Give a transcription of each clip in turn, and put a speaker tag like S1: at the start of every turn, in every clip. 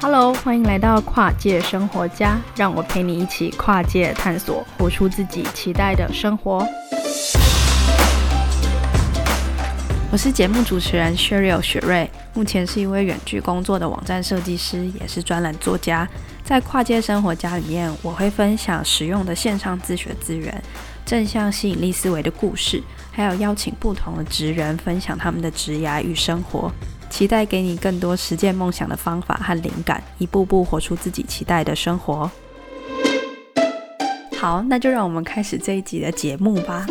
S1: Hello，欢迎来到跨界生活家，让我陪你一起跨界探索，活出自己期待的生活。我是节目主持人 Sheryl 雪瑞，目前是一位远距工作的网站设计师，也是专栏作家。在跨界生活家里面，我会分享实用的线上自学资源、正向吸引力思维的故事，还有邀请不同的职人分享他们的职涯与生活。期待给你更多实践梦想的方法和灵感，一步步活出自己期待的生活。好，那就让我们开始这一集的节目吧。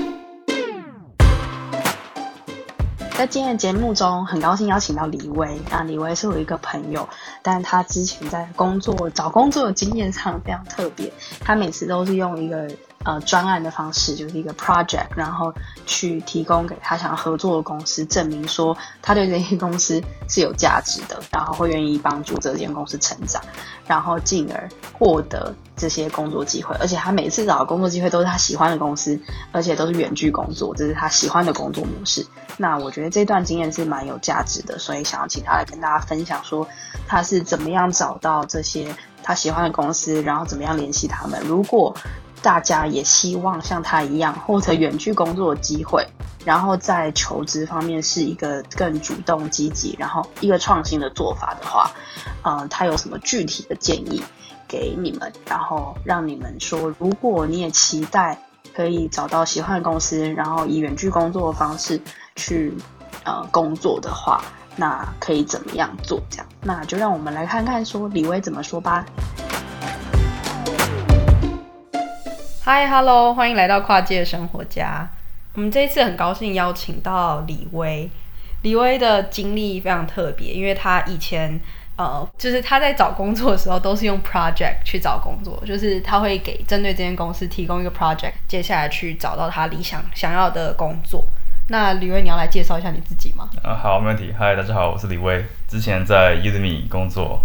S2: 在今天的节目中，很高兴邀请到李威。那李威是我一个朋友，但他之前在工作找工作的经验上非常特别，他每次都是用一个呃专案的方式，就是一个 project，然后去提供给他想要合作的公司，证明说他对这些公司是有价值的，然后会愿意帮助这间公司成长，然后进而获得这些工作机会。而且他每次找的工作机会都是他喜欢的公司，而且都是远距工作，这是他喜欢的工作模式。那我觉得这段经验是蛮有价值的，所以想要请他来跟大家分享，说他是怎么样找到这些他喜欢的公司，然后怎么样联系他们。如果大家也希望像他一样获得远距工作的机会，然后在求职方面是一个更主动积极，然后一个创新的做法的话，呃，他有什么具体的建议给你们？然后让你们说，如果你也期待可以找到喜欢的公司，然后以远距工作的方式。去呃工作的话，那可以怎么样做？这样，那就让我们来看看说李威怎么说吧。
S1: 嗨，Hello，欢迎来到跨界生活家。我们这一次很高兴邀请到李威。李威的经历非常特别，因为他以前呃，就是他在找工作的时候都是用 project 去找工作，就是他会给针对这间公司提供一个 project，接下来去找到他理想想要的工作。那李威，你要来介绍一下你自己吗？
S3: 啊，好，没问题。嗨，大家好，我是李威，之前在 Udemy 工作，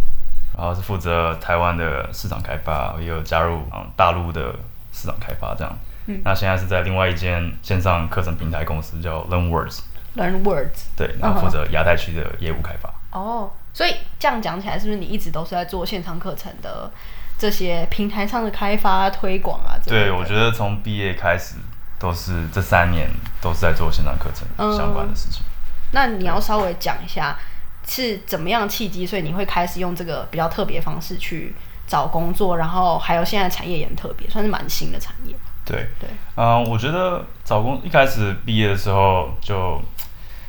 S3: 然后是负责台湾的市场开发，也有加入嗯大陆的市场开发这样。嗯、那现在是在另外一间线上课程平台公司叫 LearnWords。
S1: LearnWords。
S3: 对，然后负责亚太区的业务开发。
S1: 嗯哦，所以这样讲起来，是不是你一直都是在做线上课程的这些平台上的开发、推广啊？
S3: 对，我觉得从毕业开始。都是这三年都是在做线上课程相关的事情。
S1: 嗯、那你要稍微讲一下是怎么样契机，所以你会开始用这个比较特别方式去找工作，然后还有现在产业也很特别，算是蛮新的产业。
S3: 对对，嗯，我觉得找工一开始毕业的时候就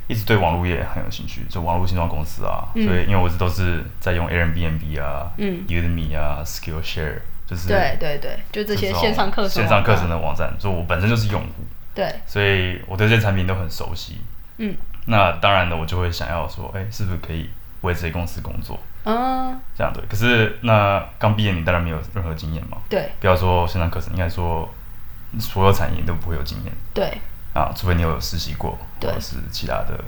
S3: 一直对网络业很有兴趣，就网络新创公司啊，嗯、所以因为我一直都是在用 Airbnb 啊、嗯、Udemy 啊、Skillshare。就是
S1: 对对对，就这些线上课程、啊
S3: 线上课程啊的网站，就我本身就是用户，
S1: 对，
S3: 所以我对这些产品都很熟悉。嗯，那当然的，我就会想要说，哎、欸，是不是可以为这些公司工作？嗯，这样对。可是那刚毕业，你当然没有任何经验嘛。
S1: 对，
S3: 不要说线上课程，应该说所有产业都不会有经验。
S1: 对，
S3: 啊，除非你有实习过，或者是其他的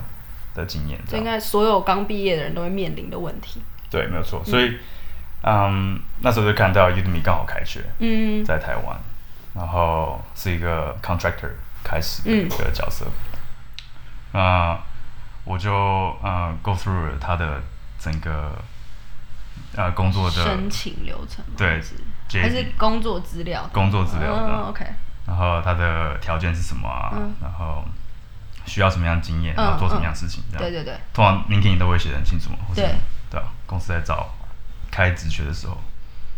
S3: 的经验。
S1: 这应该所有刚毕业的人都会面临的问题。
S3: 对，没有错。所以。嗯嗯，um, 那时候就看到 Udemy 刚好开学，嗯，在台湾，然后是一个 contractor 开始的
S1: 嗯
S3: 一个角色，那、嗯呃、我就呃 go through 他的整个呃工作的
S1: 申请流程，
S3: 对，
S1: 还是工作资料，
S3: 工作资料、啊
S1: 哦、，OK，
S3: 然后他的条件是什么啊？嗯、然后需要什么样的经验，然后做什么样的事情，这样、嗯、
S1: 对对对，
S3: 通常 LinkedIn 都会写的很清楚嘛，或者
S1: 对
S3: 对啊，公司在找。开职学的时候，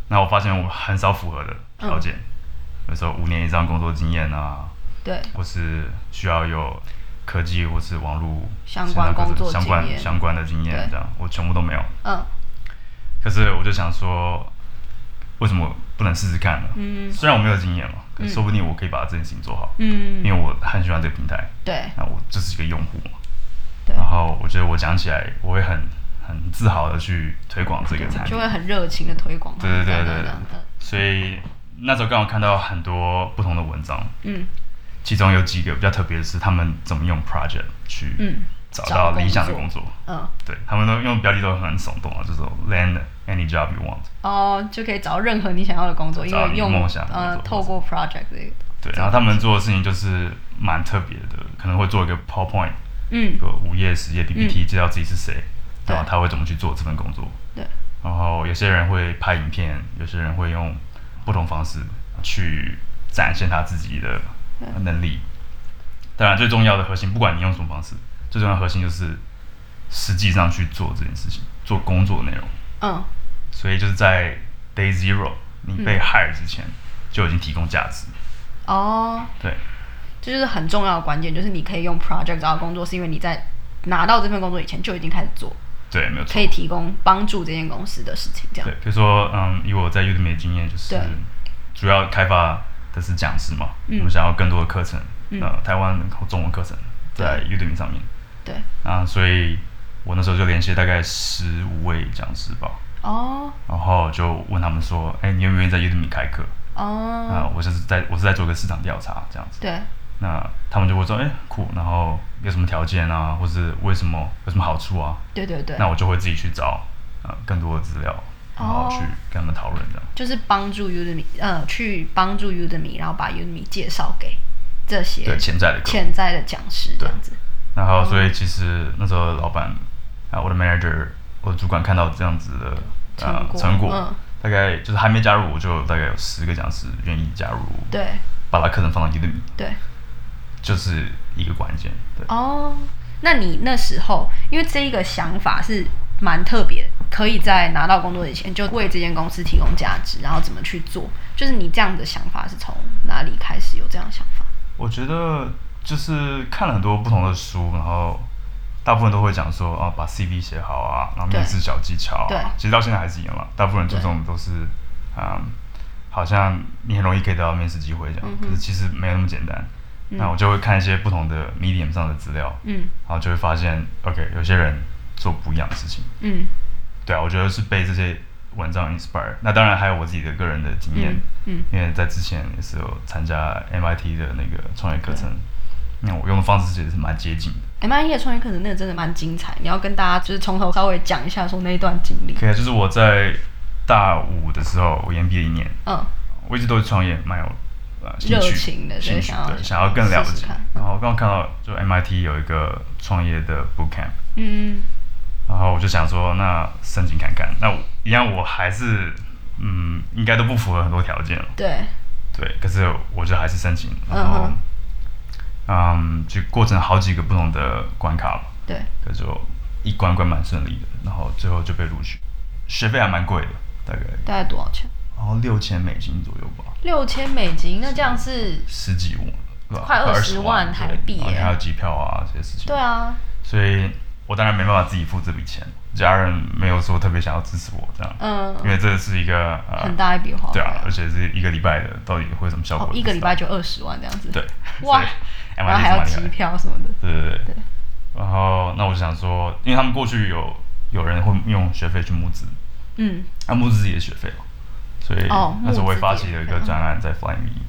S3: 那我发现我很少符合的条件，嗯、有时候五年以上工作经验啊，
S1: 对，
S3: 或是需要有科技或是网络
S1: 相关工作
S3: 相关相关的经验，这样我全部都没有。嗯，可是我就想说，为什么不能试试看呢？嗯，虽然我没有经验嘛，
S1: 嗯
S3: 可说不定我可以把这件事情做好。嗯，因为我很喜欢这个平台。
S1: 对，
S3: 那我就是一个用户嘛。然后我觉得我讲起来我会很。很自豪的去推广这个产品，
S1: 就会很热情的推广。
S3: 对对对
S1: 啊
S3: 对对。所以那时候刚好看到很多不同的文章，嗯，其中有几个比较特别的是他们怎么用 project 去找到理想的工作，
S1: 呃
S3: 嗯，对他们都用标题都很耸动啊，就是 land any job you want，
S1: 哦，就可以找到任何你想要的工作，因为用
S3: 梦想
S1: 呃透过 project 这个。
S3: 对，然后他们做的事情就是蛮特别的，可能会做一个 PowerPoint，嗯，个五页十页 PPT 介绍自己是谁。对，他会怎么去做这份工作？
S1: 对，
S3: 然后有些人会拍影片，有些人会用不同方式去展现他自己的能力。当然，最重要的核心，不管你用什么方式，最重要的核心就是实际上去做这件事情，做工作内容。
S1: 嗯，
S3: 所以就是在 day zero 你被 hire 之前、就已经提供价值。
S1: 哦，
S3: 对，
S1: 这就是很重要的关键，就是你可以用 project 找到工作，是因为你在拿到这份工作以前就已经开始做，
S3: 对，没有错。
S1: 可以提供帮助这间公司的事情，这样
S3: 对，。比如说，嗯，以我在 Udemy 的经验，就是
S1: 对
S3: 主要开发的是讲师嘛，我们想要更多的课程，
S1: 嗯
S3: 呃，台湾中文课程在 Udemy 上面
S1: 对，
S3: 啊，所以我那时候就联系大概十五位讲师吧，
S1: 哦
S3: 然后就问他们说，哎、你愿不愿意在 Udemy 开课？
S1: 哦，
S3: 啊、我就是在我是在做个市场调查这样子，
S1: 对，
S3: 那他们就会说，哎、酷，然后有什么条件啊，或是为什么有什么好处啊？
S1: 对对对，
S3: 那我就会自己去找呃更多的资料，然
S1: 哦
S3: 后去跟他们讨论这样。
S1: 就是帮助 Udemy，呃，去帮助 Udemy，然后把 Udemy 介绍给这些
S3: 对潜在的客户。
S1: 潜嗯在的讲师，这样子。
S3: 然后所以其实那时候老板啊，我的 manager，我的主管看到这样子的呃
S1: 成果
S3: 成果，
S1: 嗯
S3: 大概就是还没加入我就大概有十个讲师愿意加入，
S1: 对
S3: 把他课程放到 Udemy，
S1: 对，
S3: 就是一个关键。对，
S1: 哦，那你那时候，因为这一个想法是蛮特别的，可以在拿到工作以前就为这间公司提供价值，然后怎么去做，就是你这样的想法是从哪里开始有这样的想法？
S3: 我觉得就是看了很多不同的书，然后。大部分都会讲说啊，把 CV 写好啊，然后面试小技巧、
S1: 对
S3: 啊，其实到现在还是一样啦。大部分人注重的都是，嗯，好像你很容易可以得到面试机会这样，
S1: 嗯
S3: 可是其实没有那么简单。那我就会看一些不同的 medium 上的资料，
S1: 嗯
S3: 然后就会发现，OK，有些人做不一样的事情。
S1: 嗯
S3: 对啊，我觉得是被这些文章 inspire。那当然还有我自己的个人的经验，
S1: 嗯
S3: 因为在之前也是有参加 MIT 的那个创业课程，那我用的方式其实是蛮接近的。
S1: ，MIT 哎的创业课程那个真的蛮精彩，你要跟大家就是从头稍微讲一下说那一段经历。
S3: 可以啊，就是我在大五的时候，我研毕了一年，
S1: 嗯，
S3: 我一直对创业蛮有呃兴
S1: 热
S3: 趣
S1: 情的，所
S3: 兴
S1: 以
S3: 趣
S1: 想要
S3: 对想要更了解。
S1: 试试看嗯
S3: 然后我刚刚看到就 MIT 有一个创业的 bootcamp。
S1: 嗯
S3: 然后我就想说，那申请看看。那我一样，我还是嗯，应该都不符合很多条件了。
S1: 对，
S3: 对，可是我就还是申请，
S1: 嗯哼
S3: 然后嗯，就过程好几个不同的关卡吧，
S1: 对，
S3: 可就一关关蛮顺利的，然后最后就被录取。学费还蛮贵的，大概
S1: 大概多少钱？
S3: 然后六千美金左右吧，
S1: 六千美金，那这样是，
S3: 十几万，对吧
S1: 快
S3: 快
S1: 20
S3: 20
S1: 万
S3: 万
S1: 台币
S3: 对然后
S1: 耶
S3: 你还有机票啊这些事情。
S1: 对啊，
S3: 所以我当然没办法自己付这笔钱，家人没有说特别想要支持我这样。
S1: 嗯，
S3: 因为这是一个呃
S1: 很大一笔花费
S3: 对
S1: 啊
S3: 啊，而且是一个礼拜的，到底会有什么效
S1: 哦
S3: 果？，
S1: 一个礼拜
S3: 就
S1: 就二十万这样子。
S3: 对，
S1: 哇
S3: 所以
S1: 然后还
S3: MIT 是蛮厉害
S1: 有机
S3: 的
S1: 票什么的。
S3: 对对对。
S1: 对
S3: 然后那我就想说，因为他们过去有有人会用学费去募资，
S1: 嗯，
S3: 他募资自己的学费哦，所以
S1: 哦
S3: 那时候我也
S1: 募
S3: 发
S1: 资自
S3: 起
S1: 己的
S3: 了
S1: 学费
S3: 一个专案在 Flyme，、
S1: 嗯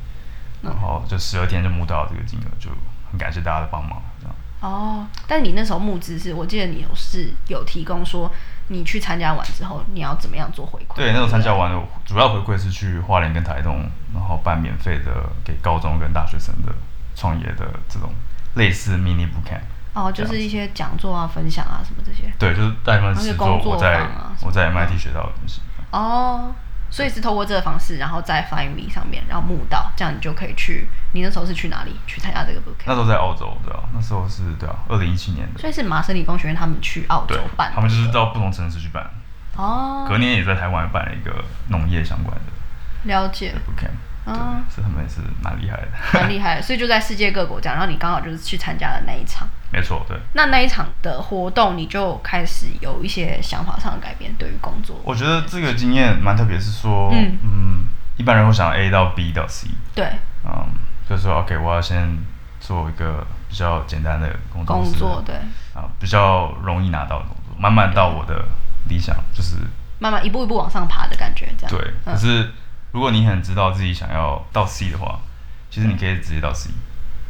S3: 然后就十二天就募到这个金额，就很感谢大家的帮忙，这样。
S1: 哦，但你那时候募资是，我记得你有是有提供说，你去参加完之后你要怎么样做回馈？
S3: 对，那时候参加完了，主要回馈是去花莲跟台东，然后办免费的给高中跟大学生的创业的这种类似 mini bootcamp。
S1: 哦，就是一些讲座啊、分享啊什么这些。
S3: 对，就是带他们
S1: 哦那
S3: 试
S1: 个
S3: 做
S1: 工作
S3: 我在、
S1: 坊啊什么
S3: 我在 MIT 学到的东西。
S1: 哦，所以是透过这个方式，然后在 Find Me 上面，然后募到，这样你就可以去。你那时候是去哪里去参加这个 book？
S3: 那时候在澳洲，对啊，那时候是对啊，二零一七年的，
S1: 所以是麻省理工学院他们去澳洲
S3: 对，
S1: 办的，
S3: 他们就是到不同城市去办，
S1: 哦，
S3: 隔年也在台湾办了一个农业相关的
S1: 了解，
S3: bootcamp，
S1: 哦
S3: 对，所以他们也是蛮厉害的，
S1: 蛮厉害的。所以就在世界各国这样，然后你刚好就是去参加了那一场。
S3: 没错，对。
S1: 那那一场的活动，你就开始有一些想法上的改变，对于工作，
S3: 我觉得这个经验蛮特别，是说，
S1: 嗯
S3: 嗯，一般人会想 A 到 B 到 C，
S1: 对
S3: 嗯，就是说 OK，我要先做一个比较简单的工作
S1: 工
S3: 室，
S1: 作，对，
S3: 啊，比较容易拿到的工作，慢慢到我的理想，就是
S1: 慢慢一步一步往上爬的感觉，这样嗯
S3: 对。可是如果你很知道自己想要到 C 的话，其实你可以直接到 C，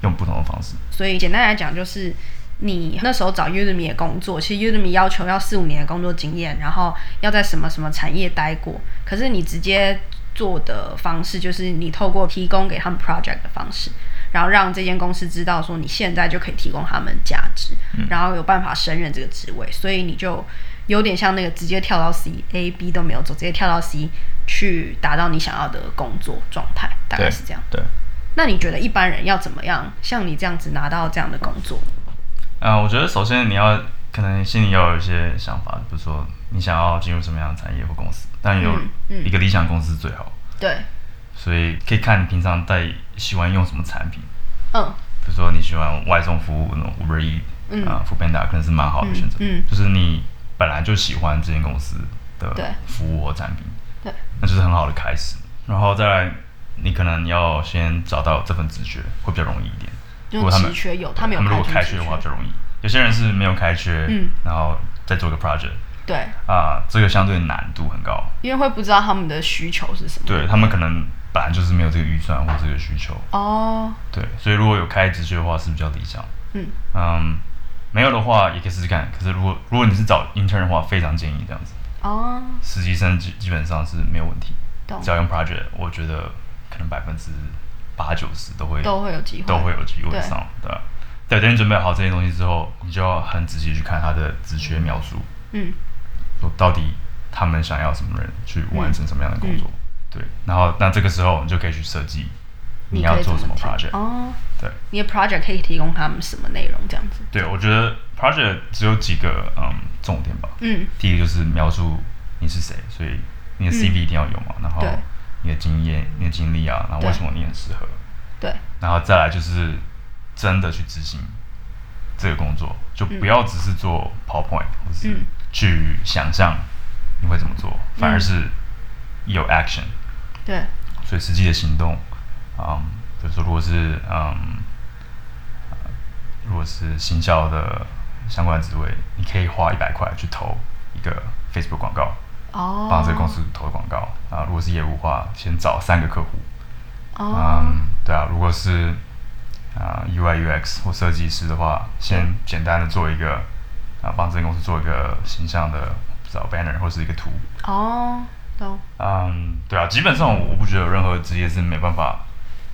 S3: 用不同的方式。
S1: 所以简单来讲，就是你那时候找 Udemy 的工作，其实 Udemy 要求要四五年的工作经验，然后要在什么什么产业待过。可是你直接做的方式，就是你透过提供给他们 project 的方式，然后让这间公司知道
S3: 嗯
S1: 说你现在就可以提供他们价值，然后有办法胜任这个职位，所以你就。有点像那个直接跳到 C A B 都没有走，直接跳到 C 去达到你想要的工作状态，大概是这样。
S3: 对，
S1: 那你觉得一般人要怎么样像你这样子拿到这样的工作？
S3: 嗯、我觉得首先你要可能心里要有一些想法，比如说你想要进入什么样的产业或公司，但有
S1: 嗯嗯
S3: 一个理想公司最好，
S1: 对，
S3: 所以可以看你平常在喜欢用什么产品，
S1: 嗯
S3: 比如说你喜欢外送服务那种 Uber E
S1: 嗯
S3: 啊、f o o Panda 可能是蛮好的选择、
S1: 嗯嗯
S3: 就是你本来就喜欢这间公司
S1: 对
S3: 的服务或产品，
S1: 对，
S3: 那就是很好的开始。然后再来，你可能要先找到这份职缺，会比较容易一点。如
S1: 就
S3: 果他们
S1: 职缺有，他们有
S3: 如果开
S1: 出
S3: 缺
S1: 职
S3: 的话比较容易，有些人是没有开缺，
S1: 嗯
S3: 然后再做个 project
S1: 对，
S3: 啊、这个相对难度很高。
S1: 因为会不知道他们的需求是什么。
S3: 对他们可能本来就是没有这个预算或这个需求，
S1: 哦，
S3: 对，所以如果有开直缺的话是比较理想。
S1: 嗯
S3: 嗯，没有的话也可以试试看。可是如果如果你是找 intern 的话，非常建议这样子，
S1: 哦，
S3: 实习生基基本上是没有问题，
S1: 懂
S3: 只，要用 project，我觉得可能百分之八九十都会
S1: 都会有机会，
S3: 都会有机会
S1: 对
S3: 上，对吧？对，等你准备好这些东西之后，你就要很仔细去看他的职缺描述，
S1: 嗯
S3: 说到底他们想要什么人去完成什么样的工
S1: 嗯
S3: 作，对。然后那这个时候你就可以去设计
S1: 你可
S3: 要
S1: 以
S3: 做
S1: 怎
S3: 什么
S1: 么提
S3: project，、
S1: 哦，
S3: 对。
S1: 你的 project 可以提供他们什么内容这样子？
S3: 对，我觉得 project 只有几个嗯重点吧。
S1: 嗯
S3: 第一个就是描述你是谁，所以你的 CV 一定要有嘛，然后
S1: 对
S3: 你的经验、你的经历啊，然后
S1: 对
S3: 为什么你很适合，
S1: 对，
S3: 然后再来就是真的去执行这个工作，就不要只是做 PowerPoint、或是
S1: 嗯
S3: 去想象你会怎么做，反而是有 action，
S1: 对，
S3: 所以实际的行动，嗯，比如说如果是嗯，呃如果是行销的相关职位，你可以花一百块去投一个 Facebook 广告，
S1: 哦，
S3: 帮这个公司投广告啊。如果是业务的话，先找三个客户，
S1: 哦，
S3: 嗯，对啊。如果是啊、UI UX 或设计师的话，先简单的做一个啊，帮这个公司做一个形象的不知道 banner 或是一个图，
S1: 哦，懂，
S3: 嗯，对啊。基本上我不觉得有任何职业是没办法。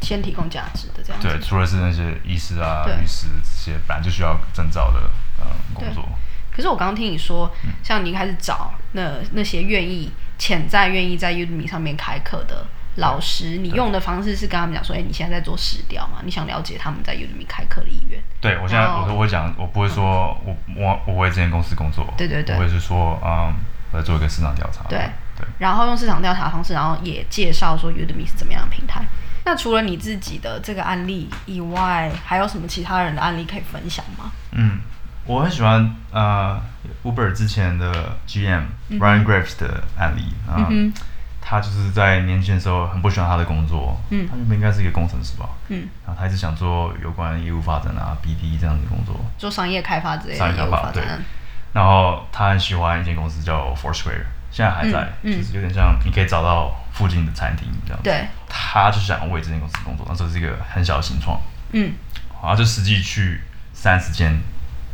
S1: 先提供价值的这样子。
S3: 对，除了是那些医师啊、
S1: 对
S3: 律师这些本来就需要证照的嗯工作，
S1: 可是我刚刚听你说，
S3: 嗯
S1: 像你一开始找那那些愿意潜在愿意在 Udemy 上面开课的老
S3: 嗯
S1: 师，你用的方式是跟他们讲说，哎、你现在在做试调嘛？你想了解他们在 Udemy 开课的意愿？
S3: 对我现在
S1: 哦嗯
S3: 我都会讲，我不会说我我我为这间公司工作，
S1: 对对对
S3: 我会是说嗯，我在做一个市场调查，
S1: 对
S3: 对，
S1: 然后用市场调查的方式，然后也介绍说 Udemy 是怎么样的平台。那除了你自己的这个案例以外，还有什么其他人的案例可以分享吗？
S3: 嗯，我很喜欢呃 Uber 之前的 GM、Ryan Graves 的案例啊。
S1: 嗯哼
S3: 他就是在年轻的时候很不喜欢他的工作，
S1: 嗯
S3: 他原本应该是一个工程师吧，
S1: 嗯，
S3: 然后他一直想做有关业务发展啊、BD 这样的工作，
S1: 做商业开发之类
S3: 商
S1: 的
S3: 业
S1: 业
S3: 开
S1: 务
S3: 发
S1: 发展，
S3: 然后他很喜欢一间公司叫 Foursquare，现在还在，
S1: 嗯嗯
S3: 就是有点像你可以找到附近的餐厅这样子。
S1: 对，
S3: 他就想为这间公司工作，那时候是一个很小的新创，
S1: 嗯
S3: 然后就实际去三十间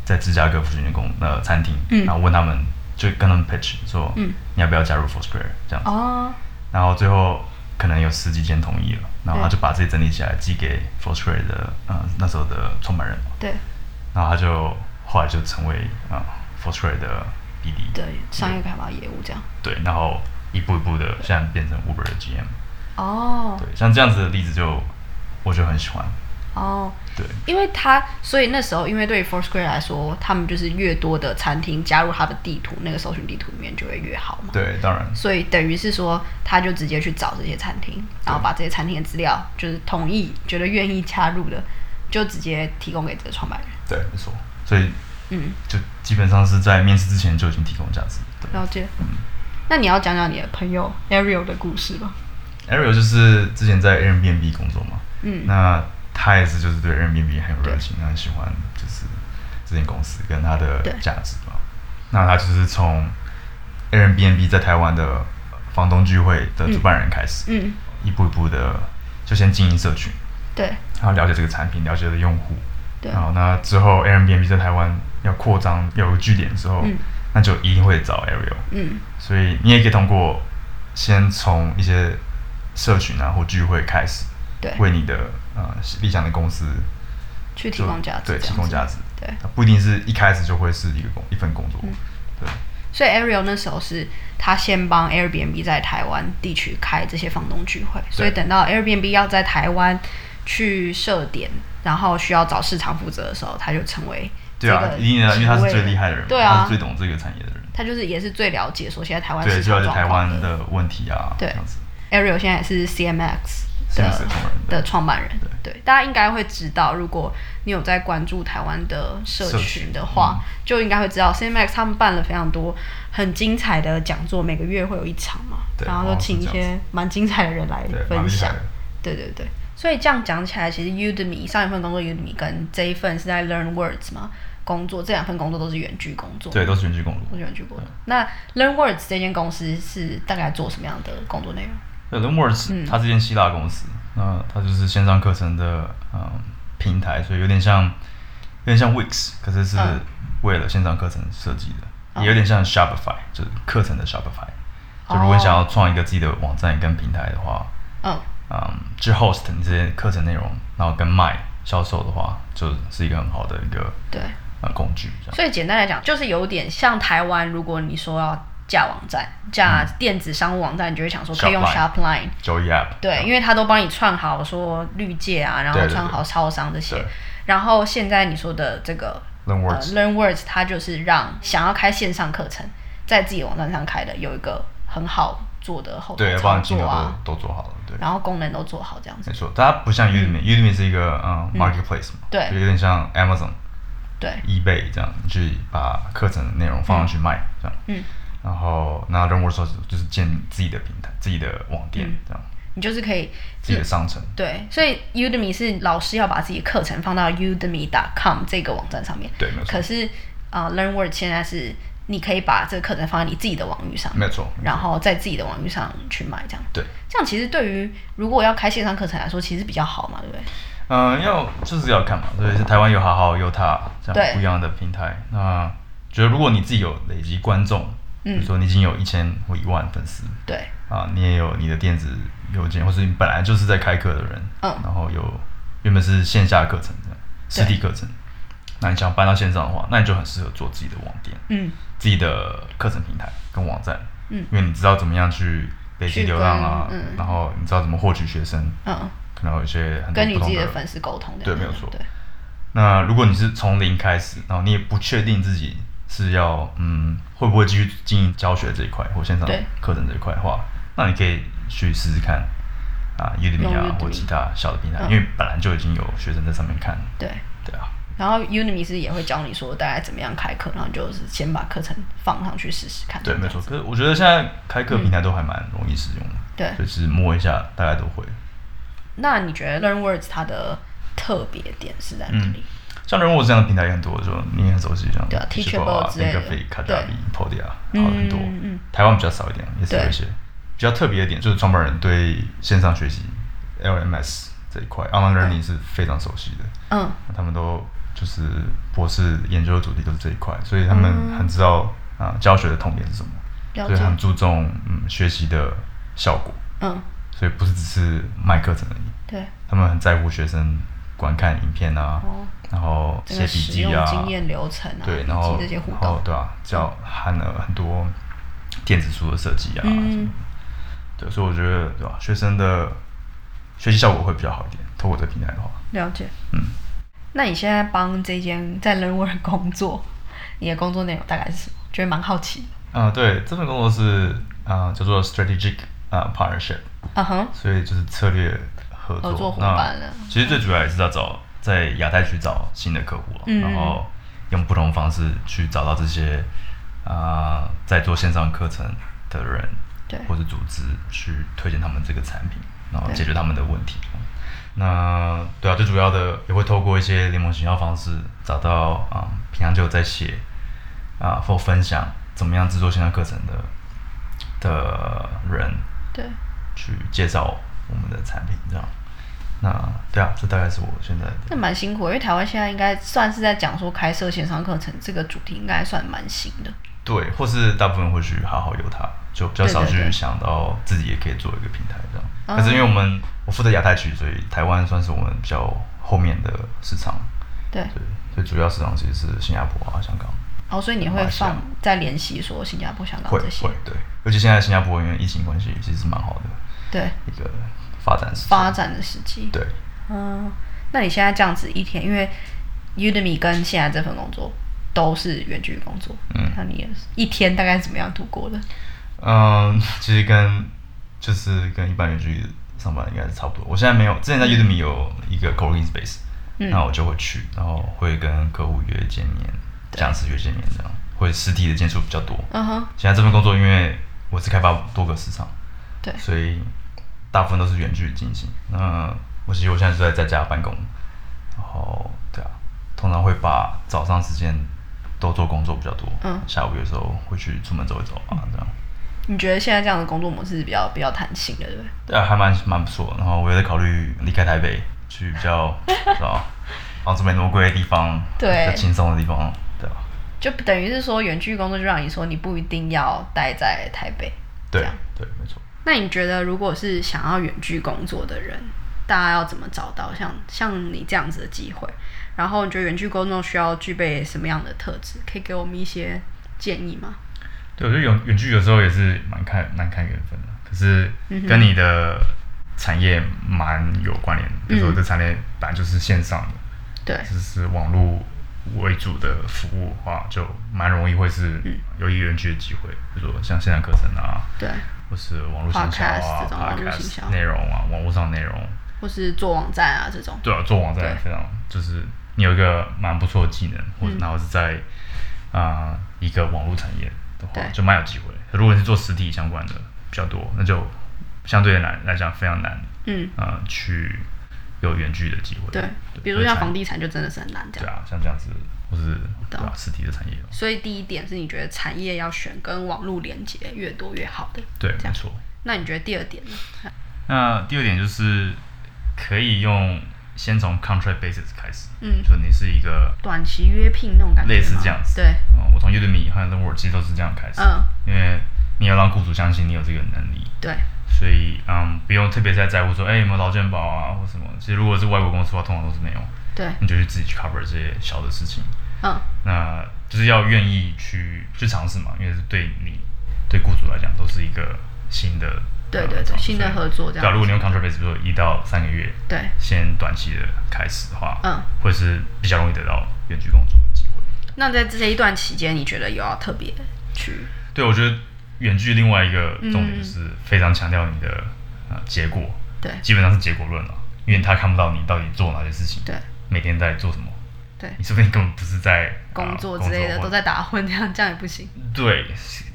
S3: 在芝加哥附近的公呃餐厅，
S1: 嗯
S3: 然后问他们，就跟他们 pitch 说，
S1: 嗯
S3: 你要不要加入 Foursquare 这样子，
S1: 哦，
S3: 然后最后。可能有十几间同意了，然后他
S1: 对
S3: 就把自己整理起来寄给 Foursquare 的呃那时候的创办人，
S1: 对
S3: 然后他就后来就成为啊、呃、Foursquare 的 BD，
S1: 对，商业开发业务这样。
S3: 对，然后一步一步的现在变成 Uber 的 GM。嗯
S1: 哦
S3: 对，像这样子的例子就我就很喜欢。
S1: 哦，
S3: 对，
S1: 因为他，所以那时候，因为对于 Foursquare 来说，他们就是越多的餐厅加入他的地图，那个搜寻地图里面就会越好嘛。
S3: 对，当然，
S1: 所以等于是说，他就直接去找这些餐厅，然后把这些餐厅的资料，就是同意、觉得愿意加入的，就直接提供给这个创办人。
S3: 对，没错。所以
S1: 嗯，
S3: 就基本上是在面试之前就已经提供价值。
S1: 了解。那你要讲讲你的朋友 Ariel 的故事吧。
S3: 对，Ariel 就是之前在 Airbnb 工作嘛，
S1: 嗯
S3: 那他也是就是对 Airbnb 很有
S1: 对
S3: 热情，很喜欢就是这间公司跟它的
S1: 对
S3: 价值嘛。那他就是从 Airbnb 在台湾的房东聚会的主办人开始，
S1: 嗯，
S3: 一步一步的就先经营社群，
S1: 对
S3: 然后了解这个产品，了解的用户，
S1: 对
S3: 然后那之后 Airbnb 在台湾要扩张有据点之后，
S1: 嗯
S3: 那就一定会找 Ariel，
S1: 嗯
S3: 所以你也可以通过先从一些社群啊或聚会开始，
S1: 对，
S3: 为你的呃理想的公司
S1: 去提
S3: 就
S1: 供价值，
S3: 对提供价值，
S1: 对。嗯
S3: 它不一定是一开始就会是一个工一份工作，对
S1: 所以 Ariel 那时候是他先帮 Airbnb 在台湾地区开这些房东聚会，所以等到 Airbnb 要在台湾去设点，然后需要找市场负责的时候，他就成为
S3: 对啊，一定的，因为他是最厉害的人嘛，
S1: 对
S3: 他
S1: 啊
S3: 是，最懂这个产业的人，
S1: 他就是也是最了解说现在台湾
S3: 对，
S1: 市
S3: 就要
S1: 场
S3: 是
S1: 状
S3: 台
S1: 况
S3: 湾
S1: 的。
S3: 的问题啊，这
S1: 对
S3: 样子，
S1: Ariel 现在也是 CMX
S3: 现在是
S1: 的
S3: 同人
S1: 的创办人，对，大家应该会知道，如果你有在关注台湾的社
S3: 社
S1: 群
S3: 群嗯
S1: 的话，就应该会知道 CMX 他们办了非常多很精彩的讲座，每个月会有一场嘛，
S3: 对
S1: 然
S3: 好
S1: 后就
S3: 像是
S1: 请一
S3: 这样
S1: 些蛮精彩的人来
S3: 对，蛮
S1: 分
S3: 厉害
S1: 享
S3: 的，。
S1: 对对对。所以这样讲起来，其实 Udemy 上一份工作 Udemy 跟这一份是在 Learn Words 嘛工作，这两份工作都是远距工作，
S3: 对，都是远距工
S1: 都
S3: 作。
S1: 是远距工作。那 Learn Words 这间公司是大概做什么样的工作内容？
S3: 对 l e a w o r d
S1: 嗯
S3: s 它是间希腊公司，那它就是线上课程的嗯平台，所以有点像有点像 Wix，可是是
S1: 嗯
S3: 为了线上课程设计的，
S1: 哦
S3: 也有点像 Shopify，就是课程的 Shopify。就如果你想要创一个自己的网站跟平台的话，
S1: 嗯，
S3: 嗯，去 host 你这些课程内容，然后跟卖销售的话，就是一个很好的一个
S1: 对。
S3: 呃工具。这样
S1: 所以简单来讲，就是有点像台湾，如果你说要架网站、架电子商务网站，你就会想说可以用
S3: Shopline
S1: Shopline。
S3: Joey App，
S1: 对，因为它都帮你串好说绿界啊，然后
S3: 嗯对对对
S1: 串好超商这些
S3: 对。
S1: 然后现在你说的这个
S3: l e a w o r
S1: 呃
S3: d s
S1: Learn Words，它就是让想要开线上课程，在自己的网站上开的，有一个很好做的后
S3: 对
S1: 台，
S3: 把
S1: 操
S3: 你金
S1: 作
S3: 流
S1: 啊，
S3: 都都做好了，对。
S1: 然后功能都做好这样子
S3: 没。错，但它不像 Udemy，Udemy、是一个嗯 marketplace 嘛，
S1: 对
S3: 就有点像 Amazon、
S1: 对，
S3: eBay 这样，你去把课程的内容放上去卖、这样。
S1: 嗯。
S3: 然后那 l e a r n w o r d 就是建自己的平台、自己的网店、
S1: 嗯
S3: 这样，
S1: 你就是可以
S3: 自己的商城。
S1: 对，所以 Udemy 是老师要把自己的课程放到 udemy.com 这个网站上面。
S3: 对，没有错
S1: 可，是啊、l e a r n w o r d 现在是你可以把这个课程放在你自己的网域上，
S3: 没有错。
S1: 然后在自己的网域上去卖，这样。
S3: 对，
S1: 这样其实对于如果要开线上课程来说，其实比较好嘛，对不对？
S3: 嗯、要就是要看嘛，对，是台湾有好好有他这
S1: 对
S3: 样不一样的平台。那觉得如果你自己有累积观众，
S1: 嗯
S3: 比如说你已经有一千或一万粉丝，
S1: 对，
S3: 啊，你也有你的电子邮件，或是你本来就是在开课的人，
S1: 嗯
S3: 然后有原本是线下课程这样，实体课程，那你想搬到线上的话，那你就很适合做自己的网店、
S1: 嗯，
S3: 自己的课程平台跟网站，
S1: 嗯，
S3: 因为你知道怎么样去累
S1: 去
S3: 积流量啊，
S1: 跟嗯
S3: 然后你知道怎么获取学生，
S1: 嗯，
S3: 可能有一些很多
S1: 跟
S3: 不
S1: 你自
S3: 同
S1: 己的粉丝沟通这样。
S3: 对没有错
S1: 对，
S3: 那如果你是从零开始，然后你也不确定自己是要嗯会不会继续经营教学这一块或线上
S1: 对
S3: 课程这一块的话，那你可以去试试看啊 Udemy
S1: 用
S3: 啊
S1: Udemy
S3: 或其他小的平台，
S1: 嗯
S3: 因为本来就已经有学生在上面看，
S1: 对。
S3: 对啊，
S1: 然后 Udemy 是也会教你说大概怎么样开课，然后你就是先把课程放上去试试看。
S3: 对，
S1: 这样
S3: 没错。可是我觉得现在开课平台都还蛮容易使用的，
S1: 对
S3: 所以其实摸一下大家都会。
S1: 那你觉得 Learn Words 它的特别点是在哪里？
S3: 像人物这样的平台也很多，就你也很熟悉，像
S1: 对啊
S3: Teachable
S1: Teachable
S3: 啊、
S1: 之类的
S3: Thinkific、k a d
S1: 对
S3: a b i Podia，还有很多。
S1: 嗯嗯
S3: 台湾比较少一点，也是有一些比较特别的点，就是创办人对线上学习 LMS 这一块 online learning 是非常熟悉的，
S1: 嗯，
S3: 他们都就是博士研究的主题都是这一块，所以他们很知道啊、教学的痛点是什么，
S1: 嗯了
S3: 所以
S1: 解。
S3: 很注重嗯学习的效果，
S1: 嗯，
S3: 所以不是只是卖课程而已，
S1: 对，
S3: 他们很在乎学生观看影片啊，
S1: 哦，
S3: 然后
S1: 这
S3: 写
S1: 个
S3: 笔
S1: 使
S3: 记
S1: 用
S3: 啊，
S1: 经验流程啊，
S3: 对，
S1: 以
S3: 然后
S1: 及这些互
S3: 然后
S1: 动，嗯
S3: 对啊，教含了很多电子书的设计啊，什么
S1: 嗯
S3: 的，对，所以我觉得对吧、学生的学习效果会比较好一点，透过这个平台的话，
S1: 了解。
S3: 嗯，
S1: 那你现在帮这间在 l e a r n w o r d 工作，你的工作内容大概是什么？觉得蛮好奇的。
S3: 啊、对，这份工作是啊、叫做 strategic 啊、partnership，
S1: 嗯哼，
S3: 所以就是策略合作
S1: 合作伙
S3: 那
S1: 伴了
S3: 其实最主要也是要找在亚太区找新的客户啊、
S1: 嗯
S3: 然后用不同的方式去找到这些啊、在做线上课程的人，
S1: 对
S3: 或者组织去推荐他们这个产品，然后
S1: 对
S3: 解决他们的问题。那对啊，最主要的也会透过一些联盟行销方式，找到啊、平常就有在写啊、或分享怎么样制作线上课程的的人，
S1: 对，
S3: 去介绍我们的产品，这样。那对啊，这大概是我现在的
S1: 那蛮辛苦的，因为台湾现在应该算是在讲说开设线上课程这个主题，应该算蛮新的。
S3: 对，或是大部分会去好好有它，就比较少
S1: 对对对
S3: 去想到自己也可以做一个平台这样。
S1: 哦
S3: 可是因为我们我负责亚太区，所以台湾算是我们比较后面的市场，
S1: 对，
S3: 对，所以主要市场其实是新加坡啊、香港。
S1: 哦，所以你
S3: 马
S1: 会
S3: 来西亚
S1: 放在联系说新加坡、香港
S3: 会
S1: 哦这些
S3: 会，对，尤其现在新加坡因为疫情关系，其实是蛮好的
S1: 对
S3: 一个发展时机
S1: 发展的时机。
S3: 对，
S1: 嗯，那你现在这样子一天，因为 Udemy 跟现在这份工作都是远距离工作，
S3: 嗯
S1: 那你一天大概是怎么样度过的？
S3: 嗯， 其实跟就是跟一般远距离上班应该是差不多。我现在没有，之前在 Udemy 有一个 co-working space，、
S1: 嗯
S3: 那我就会去，然后会跟客户约见面，讲师约见面这样，会实体的接触比较多。
S1: 嗯哼，
S3: 现在这份工作，因为我是开发多个市场，
S1: 对
S3: 所以大部分都是远距离进行。那我其实我现在是在在家办公，然后对啊，通常会把早上时间都做工作比较多，
S1: 嗯
S3: 下午有时候会去出门走一走啊，这样。
S1: 你觉得现在这样的工作模式是比较比较弹性的，对不对？
S3: 对啊，还蛮蛮不错。然后我也在考虑离开台北，去比 较是吧，房子没那么贵的地方，
S1: 对
S3: 比较轻松的地方，对吧、
S1: 就等于是说远距离工作就让你说你不一定要待在台北。
S3: 对
S1: 这样
S3: 对，没错。
S1: 那你觉得如果是想要远距工作的人，大家要怎么找到像像你这样子的机会？然后你觉得远距工作需要具备什么样的特质？可以给我们一些建议吗？
S3: 对，我觉得远远距有时候也是蛮看蛮看缘分的，可是
S1: 嗯
S3: 跟你的产业蛮有关联。比如说
S1: 嗯
S3: 这产业本来就是线上的，
S1: 对，
S3: 就是网络为主的服务的话，就蛮容易会是有一个远距的机会。比如说像线上课程啊，
S1: 嗯对，
S3: 或是网络行销
S1: Podcast
S3: 啊、
S1: 这种网络行销
S3: podcast 内容啊、网络上内容，
S1: 或是做网站啊这种。
S3: 对啊，做网站
S1: 对
S3: 也非常就是你有一个蛮不错的技能，或者
S1: 嗯
S3: 然后是在啊、一个网络产业的话
S1: 对，
S3: 就蛮有机会。如果你是做实体相关的比较多，那就相对来来讲非常难
S1: 嗯，
S3: 啊、呃去有远距的机会。
S1: 对，比如
S3: 所以
S1: 说像
S3: 产
S1: 房地产就真的是很难这
S3: 对
S1: 样。
S3: 啊，像这样子，或是对
S1: 懂
S3: 啊，实体的产业，
S1: 所以第一点是你觉得产业要选跟网络连接越多越好的。
S3: 对，
S1: 这
S3: 没
S1: 样
S3: 错。
S1: 那你觉得第二点呢？
S3: 那第二点就是可以用先从 contract basis 开始，
S1: 嗯
S3: 就你是一个
S1: 短期约聘那种感觉吗
S3: 类似这样子。
S1: 对，
S3: 嗯我从 Udemy 和 l e w o r 其实都是这样开始，
S1: 嗯，
S3: 因为你要让雇主相信你有这个能力，
S1: 对，
S3: 所以嗯，不用特别再在乎说，哎、有没有劳健保啊或什么。其实如果是外国公司的话，通常都是没有，
S1: 对，
S3: 你就去自己去 cover 这些小的事情。
S1: 嗯，
S3: 那就是要愿意去去尝试嘛，因为是对你对雇主来讲都是一个新的
S1: 对
S3: 呃
S1: 对对
S3: 尝试
S1: 新的合作这样
S3: 对啊，如果你用 contract base，比如说一到三个月，
S1: 对，
S3: 先短期的开始的话，
S1: 嗯，
S3: 会是比较容易得到远距工作的机会。
S1: 那在这一段期间，你觉得有要特别去？
S3: 对，我觉得远距另外一个重
S1: 嗯
S3: 点就是非常强调你的呃结果，
S1: 对
S3: 基本上是结果论了，啊因为他看不到你到底做哪些事情，
S1: 对，
S3: 每天在做什么，
S1: 对，
S3: 你说不定根本不是在
S1: 工作之类的都。
S3: 呃
S1: 在打混，这样这样也不行。
S3: 或对，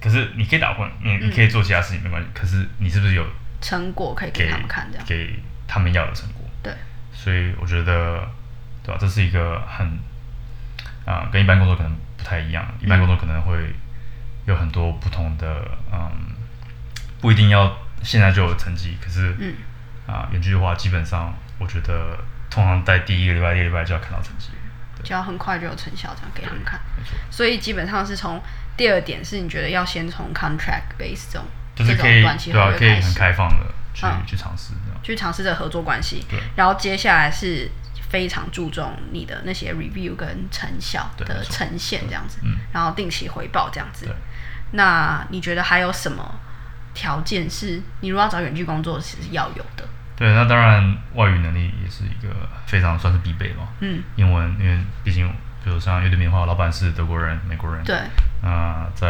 S3: 可是你可以打混，你
S1: 嗯
S3: 你可以做其他事情没关系，可是你是不是有
S1: 成果可以给
S3: 给
S1: 他们看，这样
S3: 给他们要的成果？
S1: 对，
S3: 所以我觉得，对吧、这是一个很啊、跟一般工作可能不太一样。一般工作可能会有很多不同的，嗯，不一定要现在就有成绩，可是
S1: 嗯，
S3: 啊、远距的话，基本上我觉得通常在第一个礼拜、第二个礼拜就要看到成绩。
S1: 就要很快就有成效，这样给他们看。
S3: 没错，
S1: 所以基本上是从第二点是你觉得要先从 contract base 这种
S3: 就是
S1: 这
S3: 可
S1: 种
S3: 以
S1: 短期
S3: 对啊
S1: 合，约
S3: 可以
S1: 开
S3: 很
S1: 始
S3: 开放的去、
S1: 嗯
S3: 去尝试这样。
S1: 去尝试这个合作关系
S3: 对，
S1: 然后接下来是非常注重你的那些 review 跟成效
S3: 对
S1: 的
S3: 没错
S1: 呈现这样子
S3: 嗯，
S1: 然后定期回报这样子
S3: 对。
S1: 那你觉得还有什么条件是你如果要找远距工作是要有的？
S3: 对，那当然外语能力也是一个非常算是必备嘛。
S1: 嗯，
S3: 英文，因为毕竟比如像 Udemy 的话，老板是德国人、美国人，
S1: 对，
S3: 那在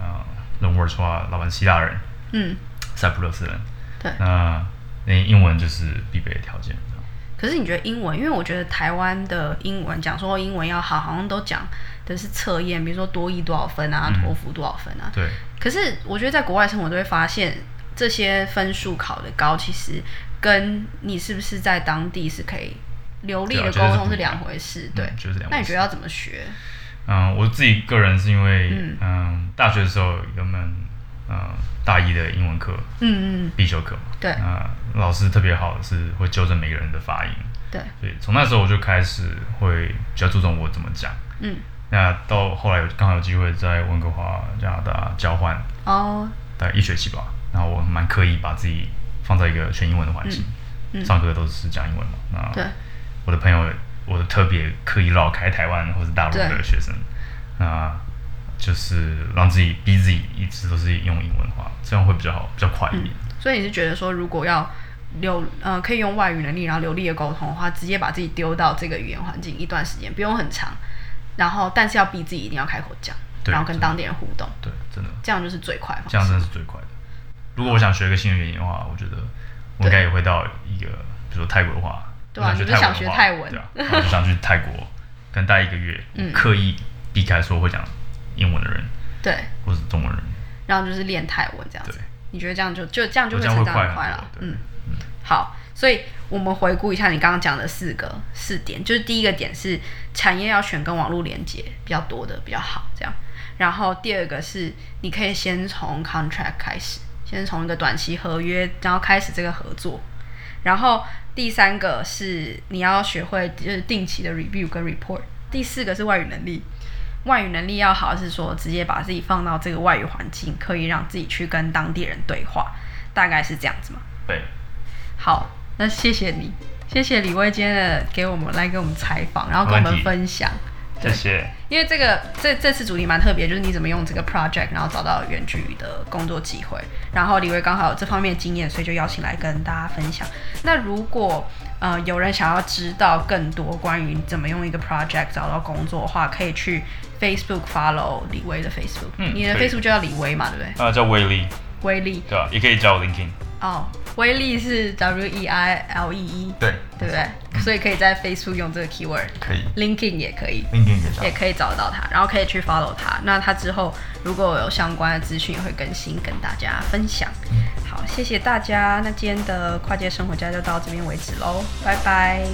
S3: 啊 l o n w o r d 的话，老板是希腊人、
S1: 嗯，
S3: 塞浦路斯人，
S1: 对。
S3: 那那英文就是必备的条件。
S1: 可是你觉得英文？因为我觉得台湾的英文讲说英文要好，好像都讲的是测验，比如说多益多少分啊，
S3: 嗯
S1: 托福多少分啊。
S3: 对，
S1: 可是我觉得在国外生活都会发现，这些分数考的高，其实跟你是不是在当地是可以流利
S3: 对啊
S1: 的沟
S3: 绝对是
S1: 通
S3: 不
S1: 是
S3: 一样
S1: 两回事。
S3: 嗯
S1: 对，
S3: 绝对是两回事
S1: 那你觉得要怎么学？
S3: 嗯，我自己个人是因为
S1: 嗯
S3: 嗯大学的时候有门嗯大一的英文课
S1: 嗯嗯，
S3: 必修课嘛，
S1: 对
S3: 那老师特别好，是会纠正每个人的发音，
S1: 对，
S3: 所以从那时候我就开始会比较注重我怎么讲。
S1: 嗯，
S3: 那到后来有刚好有机会在温哥华加拿大交换，
S1: 哦，
S3: 大概一学期吧。然后我蛮刻意把自己放在一个全英文的环境，
S1: 嗯嗯
S3: 上课都是讲英文嘛。那
S1: 对，
S3: 我的朋友，我的特别刻意绕开台湾或是大陆
S1: 对
S3: 的学生，那就是让自己逼自己一直都是用英文的话，这样会比较好，比较快一点。
S1: 所以你是觉得说，如果要流呃可以用外语能力，然后流利的沟通的话，直接把自己丢到这个语言环境一段时间，不用很长，然后但是要逼自己一定要开口讲，
S3: 对
S1: 然后跟当地人互动，
S3: 对，真的，
S1: 这样就是最快
S3: 这
S1: 方
S3: 样
S1: 式。
S3: 真的是最快的。如果我想学一个新的语言的话，我觉得我应该也会到一个，比如说泰国的话，
S1: 对啊
S3: 我
S1: 你就想
S3: 学
S1: 学
S3: 泰
S1: 泰
S3: 文
S1: 文
S3: 的话，对啊，然后就想去泰国， 可能待一个月，
S1: 嗯
S3: 刻意避开说会讲英文的人
S1: 对，
S3: 或是中文人，
S1: 然后就是练泰文这样子
S3: 对。
S1: 你觉得这样就就这样就
S3: 我这
S1: 会
S3: 样
S1: 成
S3: 会
S1: 长
S3: 快
S1: 得
S3: 很
S1: 快
S3: 多
S1: 了？。
S3: 对
S1: 嗯，，好，所以我们回顾一下你刚刚讲的四个四点，就是第一个点是产业要选跟网络连接比较多的比较好，这样。然后第二个是你可以先从 contract 开始，先从一个短期合约，然后开始这个合作。然后第三个是你要学会就是定期的 review 跟 report。第四个是外语能力，外语能力要好是说直接把自己放到这个外语环境，可以让自己去跟当地人对话，大概是这样子嘛。
S3: 对，
S1: 好，那谢谢你，谢谢李威今天的给我们来给我们采访，然后跟我
S3: 没问
S1: 们
S3: 题
S1: 分享。
S3: 谢谢。
S1: 因为这个这这次主题蛮特别，就是你怎么用这个 project，然后找到远距离的工作机会。然后李威刚好有这方面的经验，所以就邀请来跟大家分享。那如果呃有人想要知道更多关于怎么用一个 project 找到工作的话，可以去 Facebook follow 李威的 Facebook，、
S3: 嗯
S1: 你的
S3: 可以
S1: Facebook 就叫李威嘛，对不对？
S3: 啊，叫威力，
S1: 威力
S3: 对啊吧？也可以叫我 Linkin，
S1: 哦，威力是 W E I L E E，
S3: 对，
S1: 对不对？所以可以在 Facebook 用这个 keyword。
S3: 可以
S1: LinkedIn 也可以，
S3: ，Linkin 可以叫
S1: 也。可以找得到他，然后可以去 follow 他。那他之后如果有相关的资讯，也会更新跟大家分享。好，谢谢大家，那今天的跨界生活家就到这边为止喽，拜拜。